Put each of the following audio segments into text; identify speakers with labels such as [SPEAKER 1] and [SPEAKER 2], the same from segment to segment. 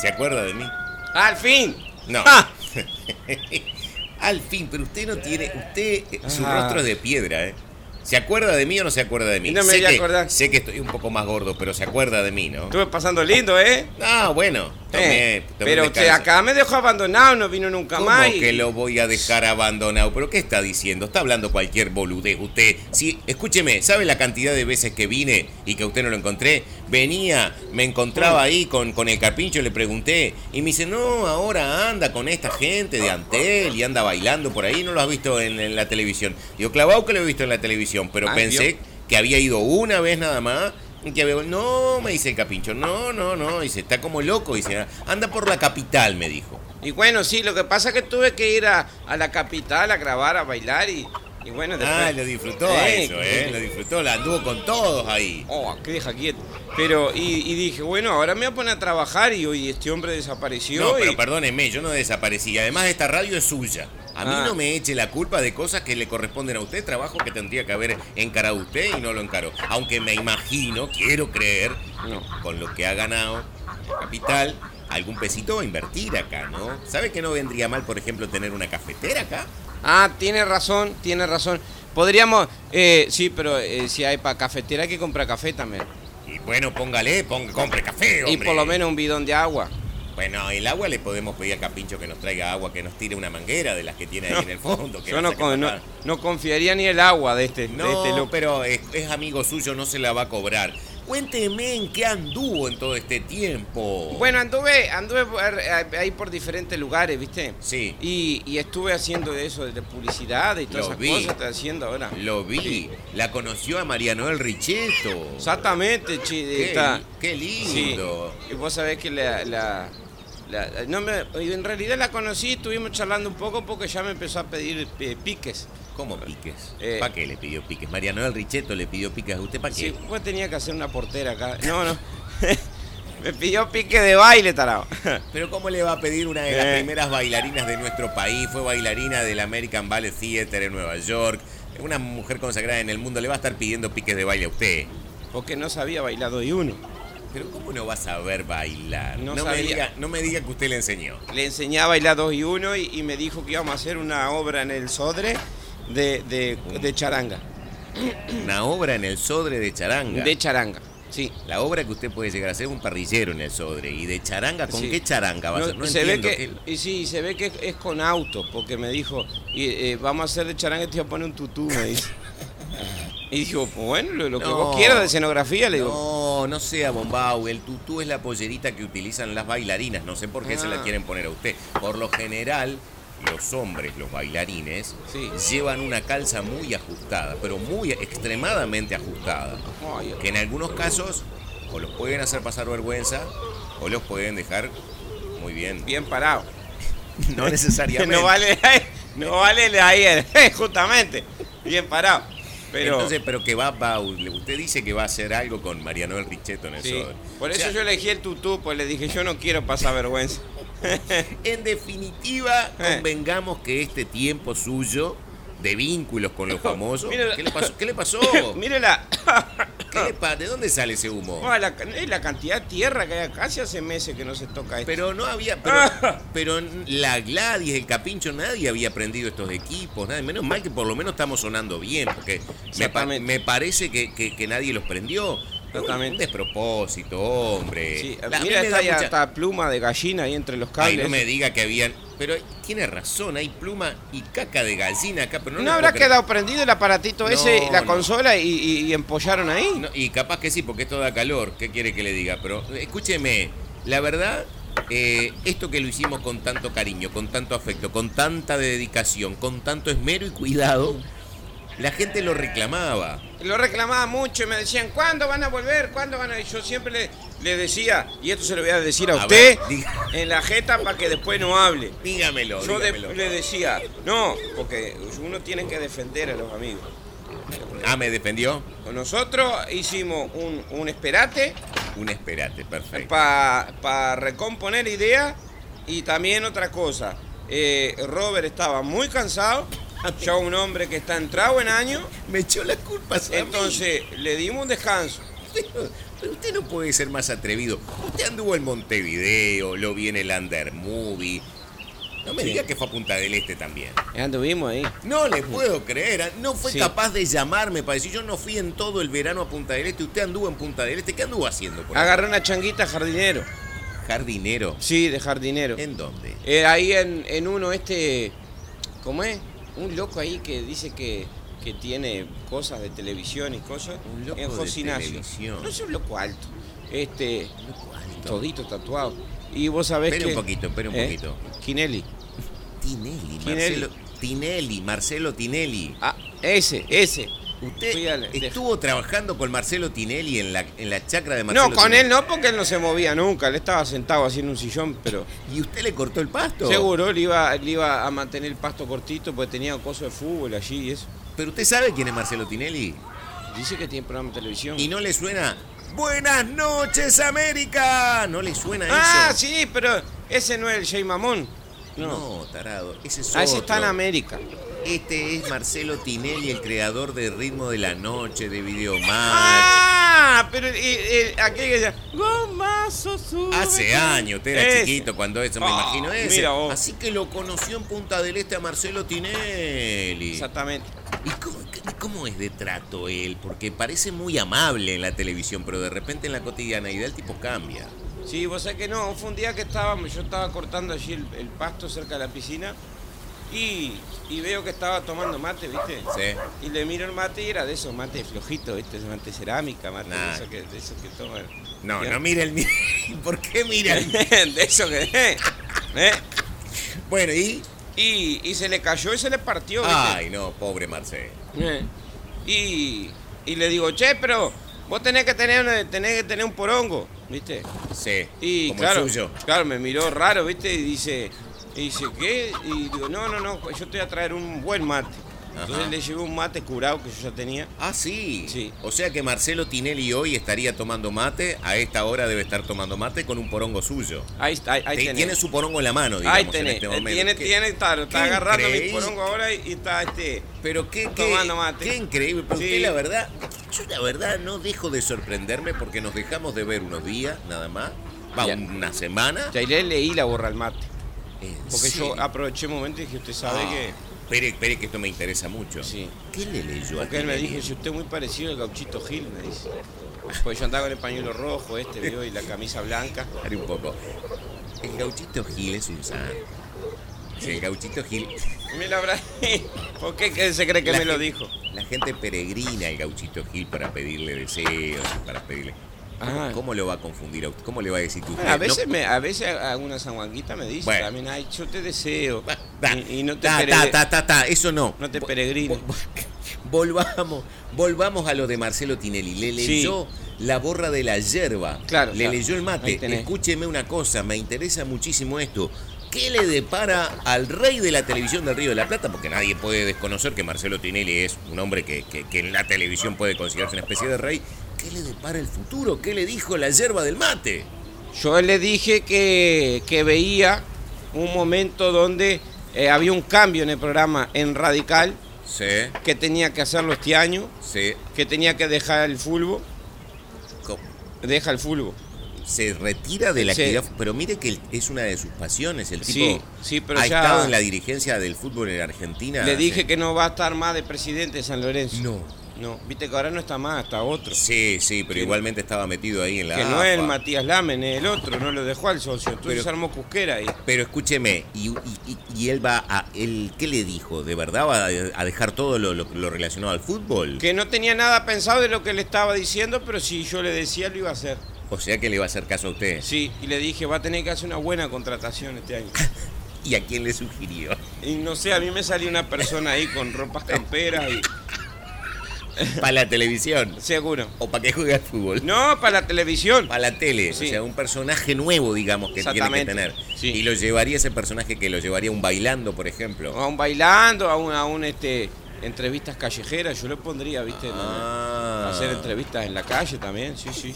[SPEAKER 1] ¿Se acuerda de mí?
[SPEAKER 2] ¡Al fin!
[SPEAKER 1] No.
[SPEAKER 2] Ah.
[SPEAKER 1] Al fin, pero usted no tiene. Usted. eh, Su
[SPEAKER 2] Ah.
[SPEAKER 1] rostro es de piedra, ¿eh? ¿Se acuerda de mí o no se acuerda de mí?
[SPEAKER 2] Y no me
[SPEAKER 1] sé,
[SPEAKER 2] voy a
[SPEAKER 1] que,
[SPEAKER 2] acordar.
[SPEAKER 1] sé que estoy un poco más gordo, pero se acuerda de mí, ¿no?
[SPEAKER 2] Estuve pasando lindo, ¿eh?
[SPEAKER 1] Ah, bueno. Tomé,
[SPEAKER 2] Eh,
[SPEAKER 1] tomé un
[SPEAKER 2] pero usted
[SPEAKER 1] descanso.
[SPEAKER 2] acá me dejó abandonado, no vino nunca
[SPEAKER 1] ¿Cómo
[SPEAKER 2] más. y-
[SPEAKER 1] que lo voy a dejar abandonado? ¿Pero qué está diciendo? Está hablando cualquier boludez usted. Sí, escúcheme, ¿sabe la cantidad de veces que vine y que a usted no lo encontré? Venía, me encontraba ahí con, con el carpincho, le pregunté. Y me dice, no, ahora anda con esta gente de Antel y anda bailando por ahí. No lo has visto en, en la televisión. Digo, clavado que lo he visto en la televisión, pero
[SPEAKER 2] Ay,
[SPEAKER 1] pensé
[SPEAKER 2] Dios.
[SPEAKER 1] que había ido una vez nada más. y Que había... No, me dice el capincho, no, no, no, dice, está como loco, dice, anda por la capital, me dijo.
[SPEAKER 2] Y bueno, sí, lo que pasa es que tuve que ir a, a la capital a grabar, a bailar y, y bueno, después...
[SPEAKER 1] Ah, lo disfrutó a
[SPEAKER 2] Eh,
[SPEAKER 1] eso, ¿eh? Lo disfrutó, la anduvo con todos ahí.
[SPEAKER 2] Oh, qué deja quieto. Pero, y, y dije, bueno, ahora me voy a poner a trabajar y hoy este hombre desapareció
[SPEAKER 1] No, pero
[SPEAKER 2] y-
[SPEAKER 1] perdónenme, yo no desaparecí. Además, esta radio es suya. A mí
[SPEAKER 2] Ah.
[SPEAKER 1] no me eche la culpa de cosas que le corresponden a usted, trabajo que tendría que haber encarado usted y no lo encaró. Aunque me imagino, quiero creer,
[SPEAKER 2] No.
[SPEAKER 1] que con lo que ha ganado la capital, algún pesito va a invertir acá, ¿no? ¿Sabe que no vendría mal, por ejemplo, tener una cafetera acá?
[SPEAKER 2] Ah, tiene razón, tiene razón. Podríamos, eh, sí, pero eh, si hay para cafetera hay que comprar café también.
[SPEAKER 1] Y bueno, póngale, ponga, compre café,
[SPEAKER 2] Y
[SPEAKER 1] hombre.
[SPEAKER 2] por lo menos un bidón de agua.
[SPEAKER 1] Bueno, el agua le podemos pedir al capincho que nos traiga agua, que nos tire una manguera de las que tiene ahí en el fondo. Que
[SPEAKER 2] Yo
[SPEAKER 1] la
[SPEAKER 2] no,
[SPEAKER 1] saque
[SPEAKER 2] con- no,
[SPEAKER 1] para acá.
[SPEAKER 2] no confiaría ni el agua de este, de
[SPEAKER 1] No,
[SPEAKER 2] este loco.
[SPEAKER 1] pero es, es amigo suyo, no se la va a cobrar. Cuénteme en qué anduvo en todo este tiempo.
[SPEAKER 2] Bueno, anduve, anduve por- eh, ahí por diferentes lugares, ¿viste?
[SPEAKER 1] Sí.
[SPEAKER 2] Y, y estuve haciendo de eso, de publicidad y todas
[SPEAKER 1] Lo
[SPEAKER 2] esas
[SPEAKER 1] vi.
[SPEAKER 2] cosas estoy haciendo ahora.
[SPEAKER 1] Lo vi, la conoció a María Noel Richeto.
[SPEAKER 2] Exactamente, chi,
[SPEAKER 1] Qué,
[SPEAKER 2] está-
[SPEAKER 1] qué
[SPEAKER 2] Sí.
[SPEAKER 1] lindo.
[SPEAKER 2] Y vos sabés que la... la- la- no me- en realidad la conocí, estuvimos charlando un poco porque ya me empezó a pedir eh, piques.
[SPEAKER 1] ¿Cómo piques?
[SPEAKER 2] Eh.
[SPEAKER 1] ¿Para qué le pidió piques? María Noel Richeto le pidió piques a usted, ¿para qué?
[SPEAKER 2] Sí, vos tenía que hacer una portera acá. No, no. me pidió pique de baile, tarado.
[SPEAKER 1] Pero ¿cómo le va a pedir una de las
[SPEAKER 2] Eh.
[SPEAKER 1] primeras bailarinas de nuestro país? Fue bailarina del American Ballet Theater en Nueva York. Una mujer consagrada en el mundo le va a estar pidiendo piques de baile a usted.
[SPEAKER 2] Porque no sabía bailar doy uno.
[SPEAKER 1] Pero ¿cómo no va a saber bailar?
[SPEAKER 2] No
[SPEAKER 1] me
[SPEAKER 2] sabía.
[SPEAKER 1] diga, no me diga que usted le enseñó.
[SPEAKER 2] Le enseñé a bailar dos y uno y, y me dijo que íbamos a hacer una obra en el Sodre de, de- de charanga.
[SPEAKER 1] Una obra en el Sodre de Charanga.
[SPEAKER 2] De charanga, sí.
[SPEAKER 1] La obra que usted puede llegar a hacer es un parrillero en el Sodre. ¿Y de Charanga? ¿Con
[SPEAKER 2] Sí.
[SPEAKER 1] qué Charanga va a
[SPEAKER 2] No,
[SPEAKER 1] ser? No
[SPEAKER 2] se ve
[SPEAKER 1] entiendo.
[SPEAKER 2] que,
[SPEAKER 1] qué-
[SPEAKER 2] y sí, se ve que es con auto, porque me dijo, y, eh, vamos a hacer de charanga y te voy a poner un tutú, me dice. Y dijo, "Pues bueno, lo, lo que
[SPEAKER 1] No.
[SPEAKER 2] vos quieras de escenografía, le digo.
[SPEAKER 1] No, no sea bombao. El tutú es la pollerita que utilizan las bailarinas. No sé por qué se la
[SPEAKER 2] Ah.
[SPEAKER 1] quieren poner a usted. Por lo general, los hombres, los bailarines,
[SPEAKER 2] Sí.
[SPEAKER 1] llevan una calza muy ajustada, pero muy extremadamente ajustada.
[SPEAKER 2] Ay,
[SPEAKER 1] Que en algunos casos o los pueden hacer pasar vergüenza o los pueden dejar muy bien.
[SPEAKER 2] bien parado.
[SPEAKER 1] No necesariamente.
[SPEAKER 2] No vale, no vale el aire, justamente. Bien parado. Pero
[SPEAKER 1] Entonces, pero que va, va, usted dice que va a hacer algo con Mariano el Richeto en el
[SPEAKER 2] sí,
[SPEAKER 1] Sodre.
[SPEAKER 2] por
[SPEAKER 1] O
[SPEAKER 2] eso
[SPEAKER 1] sea,
[SPEAKER 2] yo elegí el tutú, pues le dije, yo no quiero pasar vergüenza.
[SPEAKER 1] En definitiva,
[SPEAKER 2] Eh.
[SPEAKER 1] convengamos que este tiempo suyo de vínculos con los famosos.
[SPEAKER 2] mira la-
[SPEAKER 1] ¿Qué le pasó? ¿Qué le pasó?
[SPEAKER 2] Mire la,
[SPEAKER 1] ¿Qué le pa- ¿De dónde sale ese humo?
[SPEAKER 2] ah, la, la cantidad de tierra que hay acá, hace hace meses que no se toca esto.
[SPEAKER 1] Pero no había. Pero, pero en la Gladys, el Capincho, nadie había aprendido estos equipos. Nada. Menos mal que por lo menos estamos sonando bien, porque me, pa-
[SPEAKER 2] Exactamente.
[SPEAKER 1] me parece que, que- que nadie los prendió. Pero bueno, Un
[SPEAKER 2] Exactamente.
[SPEAKER 1] despropósito, hombre.
[SPEAKER 2] Sí,
[SPEAKER 1] eh, La- a mí
[SPEAKER 2] mira,
[SPEAKER 1] me
[SPEAKER 2] está
[SPEAKER 1] da
[SPEAKER 2] ahí
[SPEAKER 1] mucha-
[SPEAKER 2] hasta pluma de gallina ahí entre los
[SPEAKER 1] Ay,
[SPEAKER 2] cables.
[SPEAKER 1] no me diga que habían. Pero tiene razón, hay pluma y caca de gallina acá, pero no.
[SPEAKER 2] ¿No,
[SPEAKER 1] lo
[SPEAKER 2] habrá
[SPEAKER 1] puedo creer.
[SPEAKER 2] quedado prendido el aparatito
[SPEAKER 1] No,
[SPEAKER 2] ese, la
[SPEAKER 1] no.
[SPEAKER 2] consola y, y- y empollaron ahí?
[SPEAKER 1] No, y capaz que sí, porque esto da calor. ¿Qué quiere que le diga? Pero escúcheme, la verdad, eh, esto que lo hicimos con tanto cariño, con tanto afecto, con tanta dedicación, con tanto esmero y cuidado, la gente lo reclamaba.
[SPEAKER 2] Lo reclamaba mucho y me decían, ¿cuándo van a volver? ¿Cuándo van a...? Y yo siempre le, le decía, y esto se lo voy a decir a,
[SPEAKER 1] A
[SPEAKER 2] usted,
[SPEAKER 1] ver, diga.
[SPEAKER 2] en la jeta para que después no hable.
[SPEAKER 1] Dígamelo,
[SPEAKER 2] Yo de-
[SPEAKER 1] dígamelo.
[SPEAKER 2] le decía, no, porque uno tiene que defender a los amigos.
[SPEAKER 1] Ah, me defendió.
[SPEAKER 2] Nosotros hicimos un, un esperate
[SPEAKER 1] Un esperate, perfecto.
[SPEAKER 2] para recomponer ideas y también otra cosa. eh, Robert estaba muy cansado, yo un hombre que está entrado en años,
[SPEAKER 1] Me echó la culpa. a mí.
[SPEAKER 2] entonces le dimos un descanso.
[SPEAKER 1] usted, no- pero usted no puede ser más atrevido. Usted anduvo en Montevideo, lo vi en el Under Movie. No me
[SPEAKER 2] Sí.
[SPEAKER 1] diga que fue a Punta del Este también.
[SPEAKER 2] Anduvimos ahí.
[SPEAKER 1] No le puedo creer. ¿eh? No fue
[SPEAKER 2] Sí.
[SPEAKER 1] capaz de llamarme para decir yo no fui en todo el verano a Punta del Este. Usted anduvo en Punta del Este. ¿Qué anduvo haciendo por ahí?
[SPEAKER 2] Agarré una changuita jardinero.
[SPEAKER 1] Jardinero.
[SPEAKER 2] Sí, de jardinero.
[SPEAKER 1] ¿En dónde?
[SPEAKER 2] Eh, ahí en, en uno este, ¿cómo es? Un loco ahí que dice que, que tiene cosas de televisión y cosas.
[SPEAKER 1] Un loco
[SPEAKER 2] en
[SPEAKER 1] de
[SPEAKER 2] José Ignacio.
[SPEAKER 1] televisión.
[SPEAKER 2] No es un loco alto. Este,
[SPEAKER 1] ¿Cuánto?
[SPEAKER 2] todito tatuado. Y vos sabés
[SPEAKER 1] Espere
[SPEAKER 2] que...
[SPEAKER 1] un poquito, espere un
[SPEAKER 2] ¿Eh?
[SPEAKER 1] poquito.
[SPEAKER 2] Kinelli.
[SPEAKER 1] Tinelli,
[SPEAKER 2] Tinelli.
[SPEAKER 1] Marcelo. Tinelli, Marcelo Tinelli.
[SPEAKER 2] Ah, ese, ese.
[SPEAKER 1] Usted
[SPEAKER 2] Fui al- de-
[SPEAKER 1] estuvo trabajando con Marcelo Tinelli en la, en la chacra de Marcelo
[SPEAKER 2] No, con
[SPEAKER 1] Tinelli.
[SPEAKER 2] él no, porque él no se movía nunca. Él estaba sentado así en un sillón, pero...
[SPEAKER 1] ¿Y usted le cortó el pasto?
[SPEAKER 2] Seguro, le iba, le iba a mantener el pasto cortito porque tenía un coso de fútbol allí y eso.
[SPEAKER 1] Pero usted sabe quién es Marcelo Tinelli.
[SPEAKER 2] Mm. Dice que tiene programa de televisión.
[SPEAKER 1] Y no le suena. ¡Buenas noches, América! ¿No le suena
[SPEAKER 2] Ah,
[SPEAKER 1] eso?
[SPEAKER 2] sí, pero ese no es el Jay Mamón. No.
[SPEAKER 1] No, tarado. Ese es
[SPEAKER 2] Ah, ese
[SPEAKER 1] otro.
[SPEAKER 2] está en América.
[SPEAKER 1] Este es Marcelo Tinelli, el creador de Ritmo de la Noche, de Videomatch.
[SPEAKER 2] Ah, pero eh, eh, aquel que ya. Gomazo sube.
[SPEAKER 1] Hace años, usted era
[SPEAKER 2] Ese.
[SPEAKER 1] chiquito pues. cuando eso, me
[SPEAKER 2] Ah,
[SPEAKER 1] imagino ese.
[SPEAKER 2] mira vos.
[SPEAKER 1] Así que lo conoció en Punta del Este a Marcelo Tinelli.
[SPEAKER 2] Exactamente.
[SPEAKER 1] ¿Y cómo, y cómo es de trato él? Porque parece muy amable en la televisión, pero de repente en la cotidianeidad el tipo cambia.
[SPEAKER 2] Sí, vos sabés que no, fue un día que estábamos, yo estaba cortando allí el, el pasto cerca de la piscina y, y veo que estaba tomando mate, ¿viste?
[SPEAKER 1] Sí.
[SPEAKER 2] Y le miro el mate y era de esos mates flojitos, ¿viste? Es mate cerámica, mate
[SPEAKER 1] Nah.
[SPEAKER 2] de esos que, de esos que toman.
[SPEAKER 1] No,
[SPEAKER 2] Ya.
[SPEAKER 1] no mira el mío. ¿Por qué mira el mío?
[SPEAKER 2] de esos que. ¿Eh?
[SPEAKER 1] Bueno, ¿y?
[SPEAKER 2] Y, y se le cayó y se le partió, ¿viste?
[SPEAKER 1] Ay, no, pobre Marcelo.
[SPEAKER 2] Eh, Y, y le digo, che, pero vos tenés que tener, una- tenés que tener un porongo, ¿viste?
[SPEAKER 1] Sí,
[SPEAKER 2] Y
[SPEAKER 1] como
[SPEAKER 2] claro,
[SPEAKER 1] el suyo.
[SPEAKER 2] claro, me miró raro, ¿viste? Y dice, y dice, ¿qué? Y digo, no, no, no, yo te voy a traer un buen mate. Entonces
[SPEAKER 1] Ajá.
[SPEAKER 2] le llevé un mate curado que yo ya tenía.
[SPEAKER 1] Ah, sí.
[SPEAKER 2] Sí.
[SPEAKER 1] O sea que Marcelo Tinelli hoy estaría tomando mate, a esta hora debe estar tomando mate con un porongo suyo.
[SPEAKER 2] Ahí está, ahí, ahí
[SPEAKER 1] Te-
[SPEAKER 2] tenés.
[SPEAKER 1] Tiene su porongo en la mano, digamos,
[SPEAKER 2] Ahí tenés,
[SPEAKER 1] en este
[SPEAKER 2] eh,
[SPEAKER 1] momento.
[SPEAKER 2] tiene,
[SPEAKER 1] Qué-
[SPEAKER 2] tiene, está, está
[SPEAKER 1] qué
[SPEAKER 2] agarrando mi
[SPEAKER 1] increíble.
[SPEAKER 2] porongo ahora y, y está este.
[SPEAKER 1] Pero qué, qué,
[SPEAKER 2] Tomando mate.
[SPEAKER 1] qué increíble. Pero
[SPEAKER 2] Sí.
[SPEAKER 1] usted, la verdad, yo la verdad no dejo de sorprenderme porque nos dejamos de ver unos días, nada más. Va,
[SPEAKER 2] Ya.
[SPEAKER 1] una semana.
[SPEAKER 2] Ya le leí la borra al mate.
[SPEAKER 1] En
[SPEAKER 2] Porque
[SPEAKER 1] serio.
[SPEAKER 2] yo aproveché el momento y dije, usted sabe
[SPEAKER 1] Ah,
[SPEAKER 2] que.
[SPEAKER 1] Espere, espere, que esto me interesa mucho.
[SPEAKER 2] Sí.
[SPEAKER 1] ¿Qué le leyó a
[SPEAKER 2] Porque él me
[SPEAKER 1] Tinelli?
[SPEAKER 2] dijo, si usted es muy parecido al gauchito Gil, me dice. Pues yo andaba con el pañuelo rojo este, vio, y la camisa blanca.
[SPEAKER 1] Pare un poco. El gauchito Gil es un santo. Sí, el gauchito Gil.
[SPEAKER 2] Me la habrá... ¿Por qué que se cree que
[SPEAKER 1] La
[SPEAKER 2] me lo
[SPEAKER 1] gente-
[SPEAKER 2] dijo?
[SPEAKER 1] La gente peregrina al gauchito Gil para pedirle deseos, para pedirle.
[SPEAKER 2] Ah.
[SPEAKER 1] ¿Cómo lo va a confundir a usted? ¿Cómo le va a decir que usted?
[SPEAKER 2] A
[SPEAKER 1] no-
[SPEAKER 2] veces, me, a veces alguna sanguanguita me dice
[SPEAKER 1] Bueno.
[SPEAKER 2] también, ay, yo te deseo.
[SPEAKER 1] Va, va.
[SPEAKER 2] Y, y no te
[SPEAKER 1] Ta,
[SPEAKER 2] pere-
[SPEAKER 1] ta, ta, ta, ta, eso no.
[SPEAKER 2] No te
[SPEAKER 1] Vo-
[SPEAKER 2] peregrines.
[SPEAKER 1] vo- Volvamos, volvamos a lo de Marcelo Tinelli. Le
[SPEAKER 2] Sí.
[SPEAKER 1] leyó la borra de la yerba.
[SPEAKER 2] Claro,
[SPEAKER 1] Le
[SPEAKER 2] claro.
[SPEAKER 1] leyó el
[SPEAKER 2] Ahí
[SPEAKER 1] mate.
[SPEAKER 2] tenés.
[SPEAKER 1] Escúcheme una cosa, me interesa muchísimo esto. ¿Qué le depara al rey de la televisión del Río de la Plata? Porque nadie puede desconocer que Marcelo Tinelli es un hombre que, que- que en la televisión puede considerarse una especie de rey. ¿Qué le depara el futuro? ¿Qué le dijo la yerba del mate?
[SPEAKER 2] Yo le dije que, que veía un momento donde eh, había un cambio en el programa en Radical,
[SPEAKER 1] Sí,
[SPEAKER 2] que tenía que hacerlo este año,
[SPEAKER 1] sí.
[SPEAKER 2] que tenía que dejar el fulbo,
[SPEAKER 1] Co-
[SPEAKER 2] deja el fulbo.
[SPEAKER 1] se retira de la
[SPEAKER 2] Sí.
[SPEAKER 1] actividad, pero mire que el- es una de sus pasiones, el tipo
[SPEAKER 2] Sí, sí, pero
[SPEAKER 1] ha
[SPEAKER 2] ya-
[SPEAKER 1] estado en la dirigencia del fútbol en Argentina.
[SPEAKER 2] Le dije
[SPEAKER 1] sí.
[SPEAKER 2] que no va a estar más de presidente de San Lorenzo.
[SPEAKER 1] No.
[SPEAKER 2] No, viste que ahora no está más, está otro.
[SPEAKER 1] Sí, sí, pero
[SPEAKER 2] Que-
[SPEAKER 1] igualmente estaba metido ahí en la
[SPEAKER 2] que no es el
[SPEAKER 1] AFA.
[SPEAKER 2] Matías Lamen, es el otro, no lo dejó al socio. Entonces
[SPEAKER 1] Pero-
[SPEAKER 2] armó Cusquera ahí.
[SPEAKER 1] Pero escúcheme, y, y- y- y él va a... Él, ¿Qué le dijo? ¿De verdad va a, a dejar todo lo, lo- lo relacionado al fútbol?
[SPEAKER 2] Que no tenía nada pensado de lo que le estaba diciendo, pero si yo le decía lo iba a hacer.
[SPEAKER 1] O sea que le va a hacer caso a usted.
[SPEAKER 2] Sí, y le dije, va a tener que hacer una buena contratación este año.
[SPEAKER 1] ¿Y a quién le sugirió?
[SPEAKER 2] Y no sé, a mí me salió una persona ahí con ropas camperas y...
[SPEAKER 1] ¿Para la televisión?
[SPEAKER 2] Seguro.
[SPEAKER 1] ¿O para que juegue al fútbol?
[SPEAKER 2] No, para la televisión.
[SPEAKER 1] para la tele,
[SPEAKER 2] Sí.
[SPEAKER 1] o sea, un personaje nuevo, digamos, que tiene que
[SPEAKER 2] Exactamente.
[SPEAKER 1] tener.
[SPEAKER 2] Sí.
[SPEAKER 1] Y lo llevaría ese personaje que lo llevaría un bailando, por ejemplo.
[SPEAKER 2] A un bailando, a un, a un este, entrevistas callejeras, yo lo pondría, viste, en-
[SPEAKER 1] Ah.
[SPEAKER 2] hacer entrevistas en la calle también, sí, sí.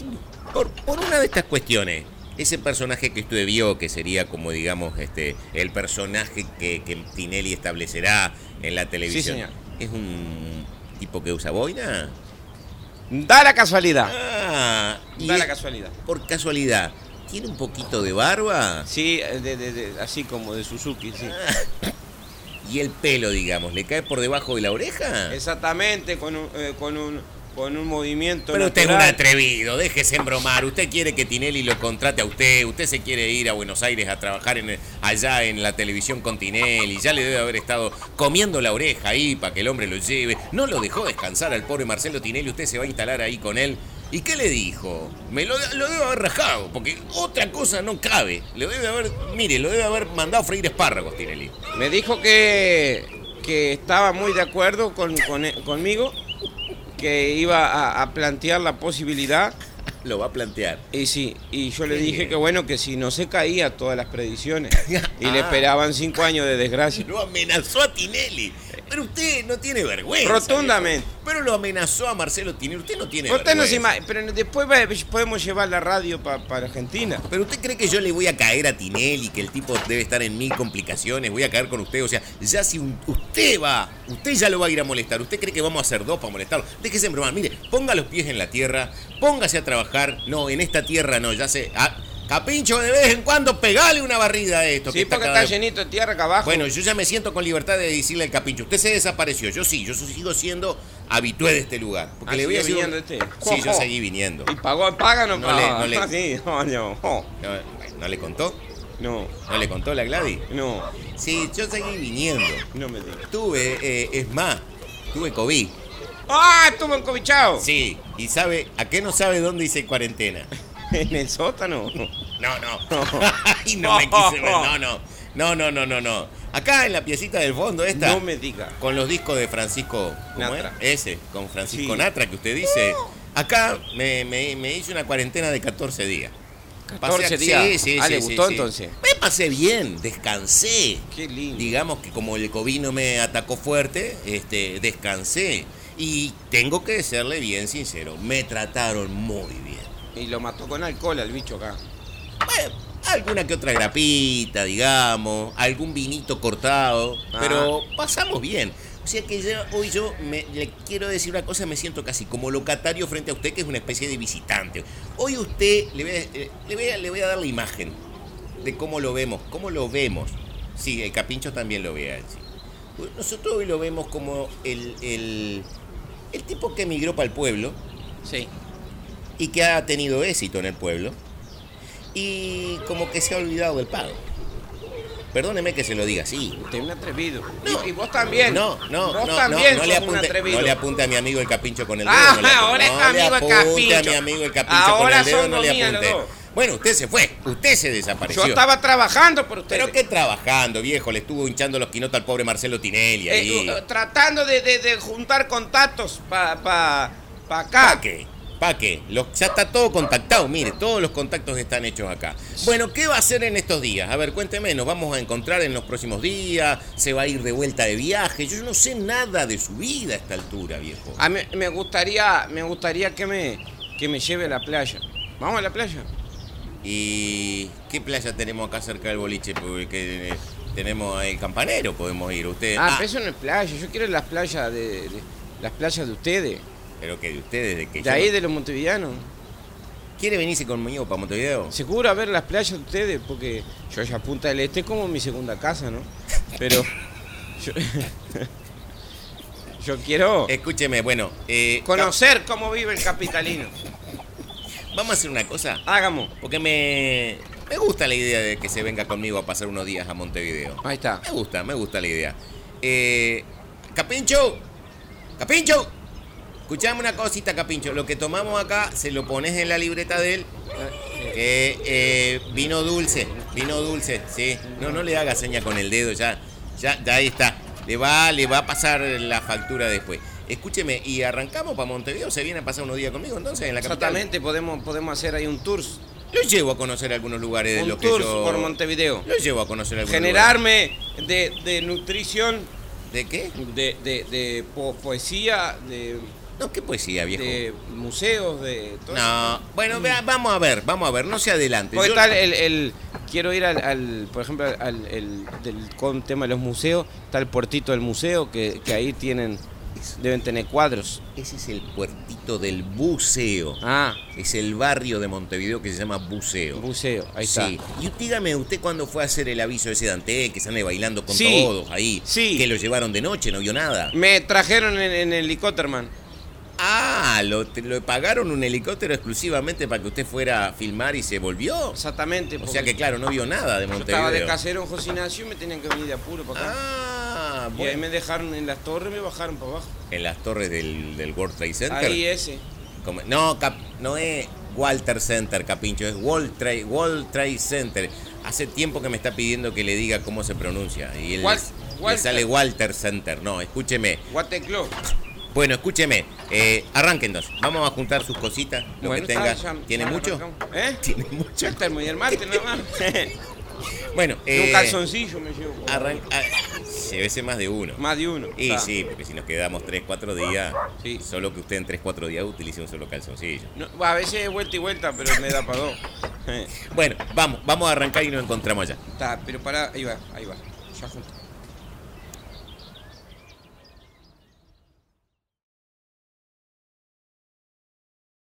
[SPEAKER 1] Por, por una de estas cuestiones, ese personaje que usted vio, que sería como, digamos, este, el personaje que, que Tinelli establecerá en la televisión,
[SPEAKER 2] señor.
[SPEAKER 1] ¿es un tipo que usa boina?
[SPEAKER 2] Da la casualidad.
[SPEAKER 1] Ah,
[SPEAKER 2] da
[SPEAKER 1] y-
[SPEAKER 2] la casualidad.
[SPEAKER 1] Por casualidad, ¿tiene un poquito de barba?
[SPEAKER 2] Sí, eh, de- de- de- así como de Suzuki, sí.
[SPEAKER 1] Ah. Y el pelo, digamos, ¿le cae por debajo de la oreja?
[SPEAKER 2] Exactamente, con un, eh, con un, con un movimiento
[SPEAKER 1] Pero usted es un
[SPEAKER 2] natural.
[SPEAKER 1] atrevido, déjese embromar. Usted quiere que Tinelli lo contrate a usted. Usted se quiere ir a Buenos Aires a trabajar en, allá en la televisión con Tinelli. Ya le debe haber estado comiendo la oreja ahí para que el hombre lo lleve. No lo dejó descansar al pobre Marcelo Tinelli. Usted se va a instalar ahí con él. ¿Y qué le dijo? Me lo, lo debe haber rajado, porque otra cosa no cabe. Lo debe haber, mire, lo debe haber mandado a freír espárragos, Tinelli.
[SPEAKER 2] Me dijo que, que estaba muy de acuerdo con, con- eh, conmigo, que iba a, a plantear la posibilidad.
[SPEAKER 1] Lo va a plantear.
[SPEAKER 2] Y sí, y yo le
[SPEAKER 1] Qué
[SPEAKER 2] dije
[SPEAKER 1] bien.
[SPEAKER 2] que bueno, que si no se caía todas las predicciones y
[SPEAKER 1] Ah.
[SPEAKER 2] le esperaban cinco años de desgracia.
[SPEAKER 1] Lo amenazó a Tinelli. Pero usted no tiene vergüenza.
[SPEAKER 2] Rotundamente.
[SPEAKER 1] viejo. Pero lo amenazó a Marcelo Tinelli. Usted no tiene
[SPEAKER 2] Usted no se
[SPEAKER 1] vergüenza.
[SPEAKER 2] ima- pero después va- podemos llevar la radio pa- para Argentina.
[SPEAKER 1] Pero usted cree que yo le voy a caer a Tinelli, que el tipo debe estar en mil complicaciones, voy a caer con usted. O sea, ya si un- usted va, usted ya lo va a ir a molestar. ¿Usted cree que vamos a hacer dos para molestarlo? Déjese bromar. Mire, ponga los pies en la tierra, póngase a trabajar. No, en esta tierra no, ya se. ah, capincho, de vez en cuando pegale una barrida a esto. que
[SPEAKER 2] Sí,
[SPEAKER 1] está
[SPEAKER 2] porque
[SPEAKER 1] cada
[SPEAKER 2] está
[SPEAKER 1] vez-
[SPEAKER 2] llenito de tierra acá abajo.
[SPEAKER 1] Bueno, yo ya me siento con libertad de decirle al capincho, usted se desapareció, yo sí, yo sigo siendo habitué de este lugar. Porque
[SPEAKER 2] Ah,
[SPEAKER 1] le voy a
[SPEAKER 2] sigue
[SPEAKER 1] decir-
[SPEAKER 2] viniendo este.
[SPEAKER 1] Sí, yo
[SPEAKER 2] Ojo.
[SPEAKER 1] seguí viniendo.
[SPEAKER 2] ¿Y pagó? ¿Paga o no
[SPEAKER 1] No
[SPEAKER 2] paga?
[SPEAKER 1] le- no le-
[SPEAKER 2] Ah, sí, no, no, oh,
[SPEAKER 1] No, ¿no le contó?
[SPEAKER 2] no,
[SPEAKER 1] ¿No le contó la Gladys?
[SPEAKER 2] no,
[SPEAKER 1] Sí, yo seguí viniendo.
[SPEAKER 2] no me digas.
[SPEAKER 1] Tuve, eh, es más, tuve COVID.
[SPEAKER 2] ¡Ah! Estuvo encobichado.
[SPEAKER 1] Sí, y sabe, ¿a qué no sabe dónde hice cuarentena?
[SPEAKER 2] En el sótano.
[SPEAKER 1] No, no. Ay, no me quise ver. No, no. No, no, no, no, no. Acá en la piecita del fondo esta.
[SPEAKER 2] No me diga.
[SPEAKER 1] Con los discos de Francisco ¿cómo
[SPEAKER 2] Natra.
[SPEAKER 1] era? Ese, con Francisco
[SPEAKER 2] Sí.
[SPEAKER 1] Natra, que usted dice. Acá me, me- me hice una cuarentena de 14 días. Pasé-
[SPEAKER 2] 14 días.
[SPEAKER 1] Sí, sí,
[SPEAKER 2] Ah,
[SPEAKER 1] sí,
[SPEAKER 2] ¿le
[SPEAKER 1] sí,
[SPEAKER 2] gustó
[SPEAKER 1] sí.
[SPEAKER 2] entonces?
[SPEAKER 1] Me pasé bien, descansé.
[SPEAKER 2] Qué lindo.
[SPEAKER 1] Digamos que como el COVID no me atacó fuerte, este, descansé. Y tengo que serle bien sincero, me trataron muy bien.
[SPEAKER 2] Y lo mató con alcohol al bicho acá.
[SPEAKER 1] Bueno, alguna que otra grapita, digamos, algún vinito cortado,
[SPEAKER 2] Ah.
[SPEAKER 1] pero pasamos bien. O sea que yo- hoy yo me- le quiero decir una cosa, me siento casi como locatario frente a usted, que es una especie de visitante. Hoy usted, le voy a, eh, le voy a- le voy a dar la imagen de cómo lo vemos, cómo lo vemos. Sí, el capincho también lo ve así. Nosotros hoy lo vemos como el, el, el tipo que emigró para el pueblo,
[SPEAKER 2] Sí.
[SPEAKER 1] y que ha tenido éxito en el pueblo y como que se ha olvidado del pago. Perdóneme que se lo diga así.
[SPEAKER 2] Usted es un atrevido.
[SPEAKER 1] No.
[SPEAKER 2] Y, y vos también.
[SPEAKER 1] No, no,
[SPEAKER 2] Vos
[SPEAKER 1] no, no,
[SPEAKER 2] también
[SPEAKER 1] no
[SPEAKER 2] sos
[SPEAKER 1] le
[SPEAKER 2] un
[SPEAKER 1] apunte,
[SPEAKER 2] atrevido.
[SPEAKER 1] no le apunte a mi amigo el capincho con el dedo.
[SPEAKER 2] Ah,
[SPEAKER 1] no le apunte-
[SPEAKER 2] ahora es
[SPEAKER 1] no le
[SPEAKER 2] amigo el
[SPEAKER 1] apunte
[SPEAKER 2] Capincho.
[SPEAKER 1] a mi amigo el capincho
[SPEAKER 2] Ahora
[SPEAKER 1] con el dedo,
[SPEAKER 2] son
[SPEAKER 1] no le
[SPEAKER 2] dominos los
[SPEAKER 1] apunte.
[SPEAKER 2] dos.
[SPEAKER 1] Bueno, usted se fue, usted se desapareció.
[SPEAKER 2] Yo estaba trabajando por usted.
[SPEAKER 1] Pero que trabajando, viejo, le estuvo hinchando los quinotos al pobre Marcelo
[SPEAKER 2] Eh,
[SPEAKER 1] Tinelli ahí.
[SPEAKER 2] tratando de, de- de juntar contactos para pa, pa acá.
[SPEAKER 1] ¿Para qué? ¿Para qué? Los- ya está todo contactado, mire, todos los contactos están hechos acá. Bueno, ¿qué va a hacer en estos días? A ver, cuénteme, ¿nos vamos a encontrar en los próximos días? ¿Se va a ir de vuelta de viaje? Yo no sé nada de su vida a esta altura, viejo.
[SPEAKER 2] A mí me gustaría, me gustaría que me, que me lleve a la playa. ¿Vamos a la playa?
[SPEAKER 1] ¿Y qué playa tenemos acá cerca del boliche? Porque eh, tenemos el campanero, podemos ir. Usted,
[SPEAKER 2] Ah,
[SPEAKER 1] ah,
[SPEAKER 2] pero eso no es playa. Yo quiero las playas de, de- las playas de ustedes.
[SPEAKER 1] pero que de ustedes, de que
[SPEAKER 2] De
[SPEAKER 1] yo
[SPEAKER 2] ahí,
[SPEAKER 1] no-
[SPEAKER 2] de los montevillanos.
[SPEAKER 1] ¿Quiere venirse conmigo para Montevideo?
[SPEAKER 2] Seguro a ver las playas de ustedes, porque yo ya Punta del Este es como mi segunda casa, ¿no? Pero yo, yo quiero
[SPEAKER 1] Escúcheme, bueno, eh,
[SPEAKER 2] conocer cómo vive el capitalino.
[SPEAKER 1] vamos a hacer una cosa.
[SPEAKER 2] Hagamos.
[SPEAKER 1] Porque me, me gusta la idea de que se venga conmigo a pasar unos días a Montevideo.
[SPEAKER 2] Ahí está.
[SPEAKER 1] Me gusta, me gusta la idea. Eh, Capincho, Capincho, escuchame una cosita, Capincho. Lo que tomamos acá se lo pones en la libreta de él. que, eh, vino dulce, vino dulce, sí. No, no le haga seña con el dedo, ya, ya, ya ahí está. Le va, le va a pasar la factura después. Escúcheme, y arrancamos para Montevideo. Se viene a pasar unos días conmigo entonces en la capital.
[SPEAKER 2] Exactamente, podemos, podemos hacer ahí un tour.
[SPEAKER 1] Lo llevo a conocer algunos lugares de
[SPEAKER 2] Un
[SPEAKER 1] los Eh, que
[SPEAKER 2] tour
[SPEAKER 1] yo-
[SPEAKER 2] por Montevideo.
[SPEAKER 1] Lo llevo a conocer algunos lugares.
[SPEAKER 2] Generarme de, de nutrición,
[SPEAKER 1] ¿De qué?
[SPEAKER 2] de, de- de po- poesía, de,
[SPEAKER 1] No, qué poesía, viejo.
[SPEAKER 2] de museos, de todo eso.
[SPEAKER 1] No, bueno, vea, vamos a ver, vamos a ver, no se adelante.
[SPEAKER 2] Porque
[SPEAKER 1] Yo-
[SPEAKER 2] tal el, el- quiero ir al, al- por ejemplo, al el, del con tema de los museos, está el puertito del museo, que, que ahí tienen
[SPEAKER 1] Eso.
[SPEAKER 2] Deben tener cuadros.
[SPEAKER 1] Ese es el puertito del buceo.
[SPEAKER 2] Ah,
[SPEAKER 1] Es el barrio de Montevideo que se llama Buceo.
[SPEAKER 2] buceo, ahí
[SPEAKER 1] sí.
[SPEAKER 2] está.
[SPEAKER 1] Y dígame, ¿usted cuándo fue a hacer el aviso ese Dante que sale bailando con
[SPEAKER 2] Sí.
[SPEAKER 1] todos ahí?
[SPEAKER 2] Sí.
[SPEAKER 1] Que lo llevaron de noche, no vio nada.
[SPEAKER 2] Me trajeron en, en helicóptero, man.
[SPEAKER 1] Ah, lo, te- lo pagaron un helicóptero exclusivamente para que usted fuera a filmar y se volvió.
[SPEAKER 2] Exactamente.
[SPEAKER 1] O
[SPEAKER 2] porque
[SPEAKER 1] sea que claro, no vio nada de
[SPEAKER 2] yo
[SPEAKER 1] Montevideo.
[SPEAKER 2] estaba de casero en José Ignacio y me tenían que venir de apuro para acá.
[SPEAKER 1] Ah,
[SPEAKER 2] y ahí
[SPEAKER 1] bueno.
[SPEAKER 2] me dejaron en las torres y me bajaron para abajo.
[SPEAKER 1] En las torres del, del World Trade Center.
[SPEAKER 2] Ahí eh. ese.
[SPEAKER 1] Como- no, Cap- no es Walter Center, Capincho, es World Trade, World Trade Center. Hace tiempo que me está pidiendo que le diga cómo se pronuncia. Y él
[SPEAKER 2] Wal-
[SPEAKER 1] le
[SPEAKER 2] Walter.
[SPEAKER 1] sale Walter Center. No, escúcheme.
[SPEAKER 2] Guatecló.
[SPEAKER 1] Bueno, escúcheme. Eh, arránquenos. Vamos a juntar sus cositas. Lo
[SPEAKER 2] Bueno,
[SPEAKER 1] que tenga.
[SPEAKER 2] está, ya-
[SPEAKER 1] ¿Tiene
[SPEAKER 2] ya
[SPEAKER 1] mucho?
[SPEAKER 2] arrancamos. ¿Eh?
[SPEAKER 1] Tiene mucho.
[SPEAKER 2] Ya está el mate nada más.
[SPEAKER 1] Bueno,
[SPEAKER 2] un
[SPEAKER 1] eh,
[SPEAKER 2] calzoncillo me llevo.
[SPEAKER 1] arran- ah, llévese más de uno.
[SPEAKER 2] Más de uno.
[SPEAKER 1] Y
[SPEAKER 2] Está.
[SPEAKER 1] sí, porque si nos quedamos 3, 4 días,
[SPEAKER 2] Sí.
[SPEAKER 1] solo que usted en 3, 4 días utilice un solo calzoncillo.
[SPEAKER 2] No, a veces es vuelta y vuelta, pero me da para dos.
[SPEAKER 1] Bueno, vamos, vamos a arrancar y nos encontramos allá.
[SPEAKER 2] Está, pero para, ahí va, ahí va. Ya junto.